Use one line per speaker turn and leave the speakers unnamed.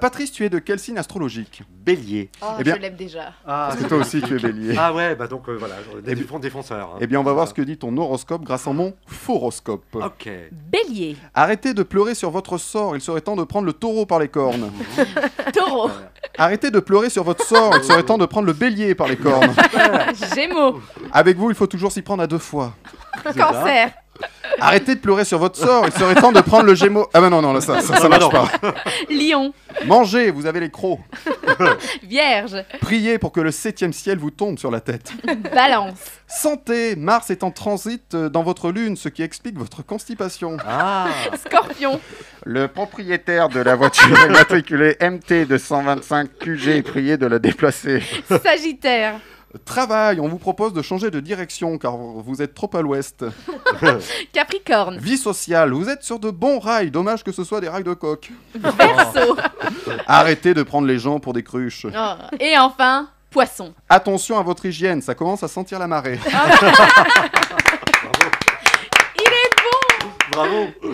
Patrice, tu es de quel signe astrologique
Bélier.
Oh,
Eh bien-
je l'aime déjà.
Ah,
Parce que toi aussi, tu es bélier.
ah ouais, bah donc euh, voilà,
Eh
des
bi-
défenseurs. défenseur. hein.
Eh bien, on va voir ce que dit ton horoscope grâce à mon fauroscope.
Ok.
Bélier,
Arrêtez de pleurer sur votre sort, il serait temps de prendre le taureau par les cornes.
Taureau,
Arrêtez de pleurer sur votre sort, il serait temps de prendre le bélier par les cornes.
Gémeaux,
Avec vous, il faut toujours s'y prendre à deux fois.
Cancer,
Arrêtez de pleurer sur votre sort, il serait temps de prendre le gémeaux. Ah ben non, non, là, ça, ça, ça
Ah bah
marche
non.
pas.
Lion,
Mangez, vous avez les crocs.
Vierge,
Priez pour que le septième ciel vous tombe sur la tête.
Balance,
Santé, Mars est en transit euh, dans votre lune, ce qui explique votre constipation.
Ah,
Scorpion,
Le propriétaire de la voiture immatriculée MT 225 QG, priez de la déplacer.
Sagittaire,
Travail, on vous propose de changer de direction car vous êtes trop à l'ouest.
Capricorne,
Vie sociale, vous êtes sur de bons rails, dommage que ce soit des rails de coq.
Oh.
Verseau.
Arrêtez de prendre les gens pour des cruches.
Oh, Et enfin, Poisson.
Attention à votre hygiène, ça commence à sentir la marée.
bravo.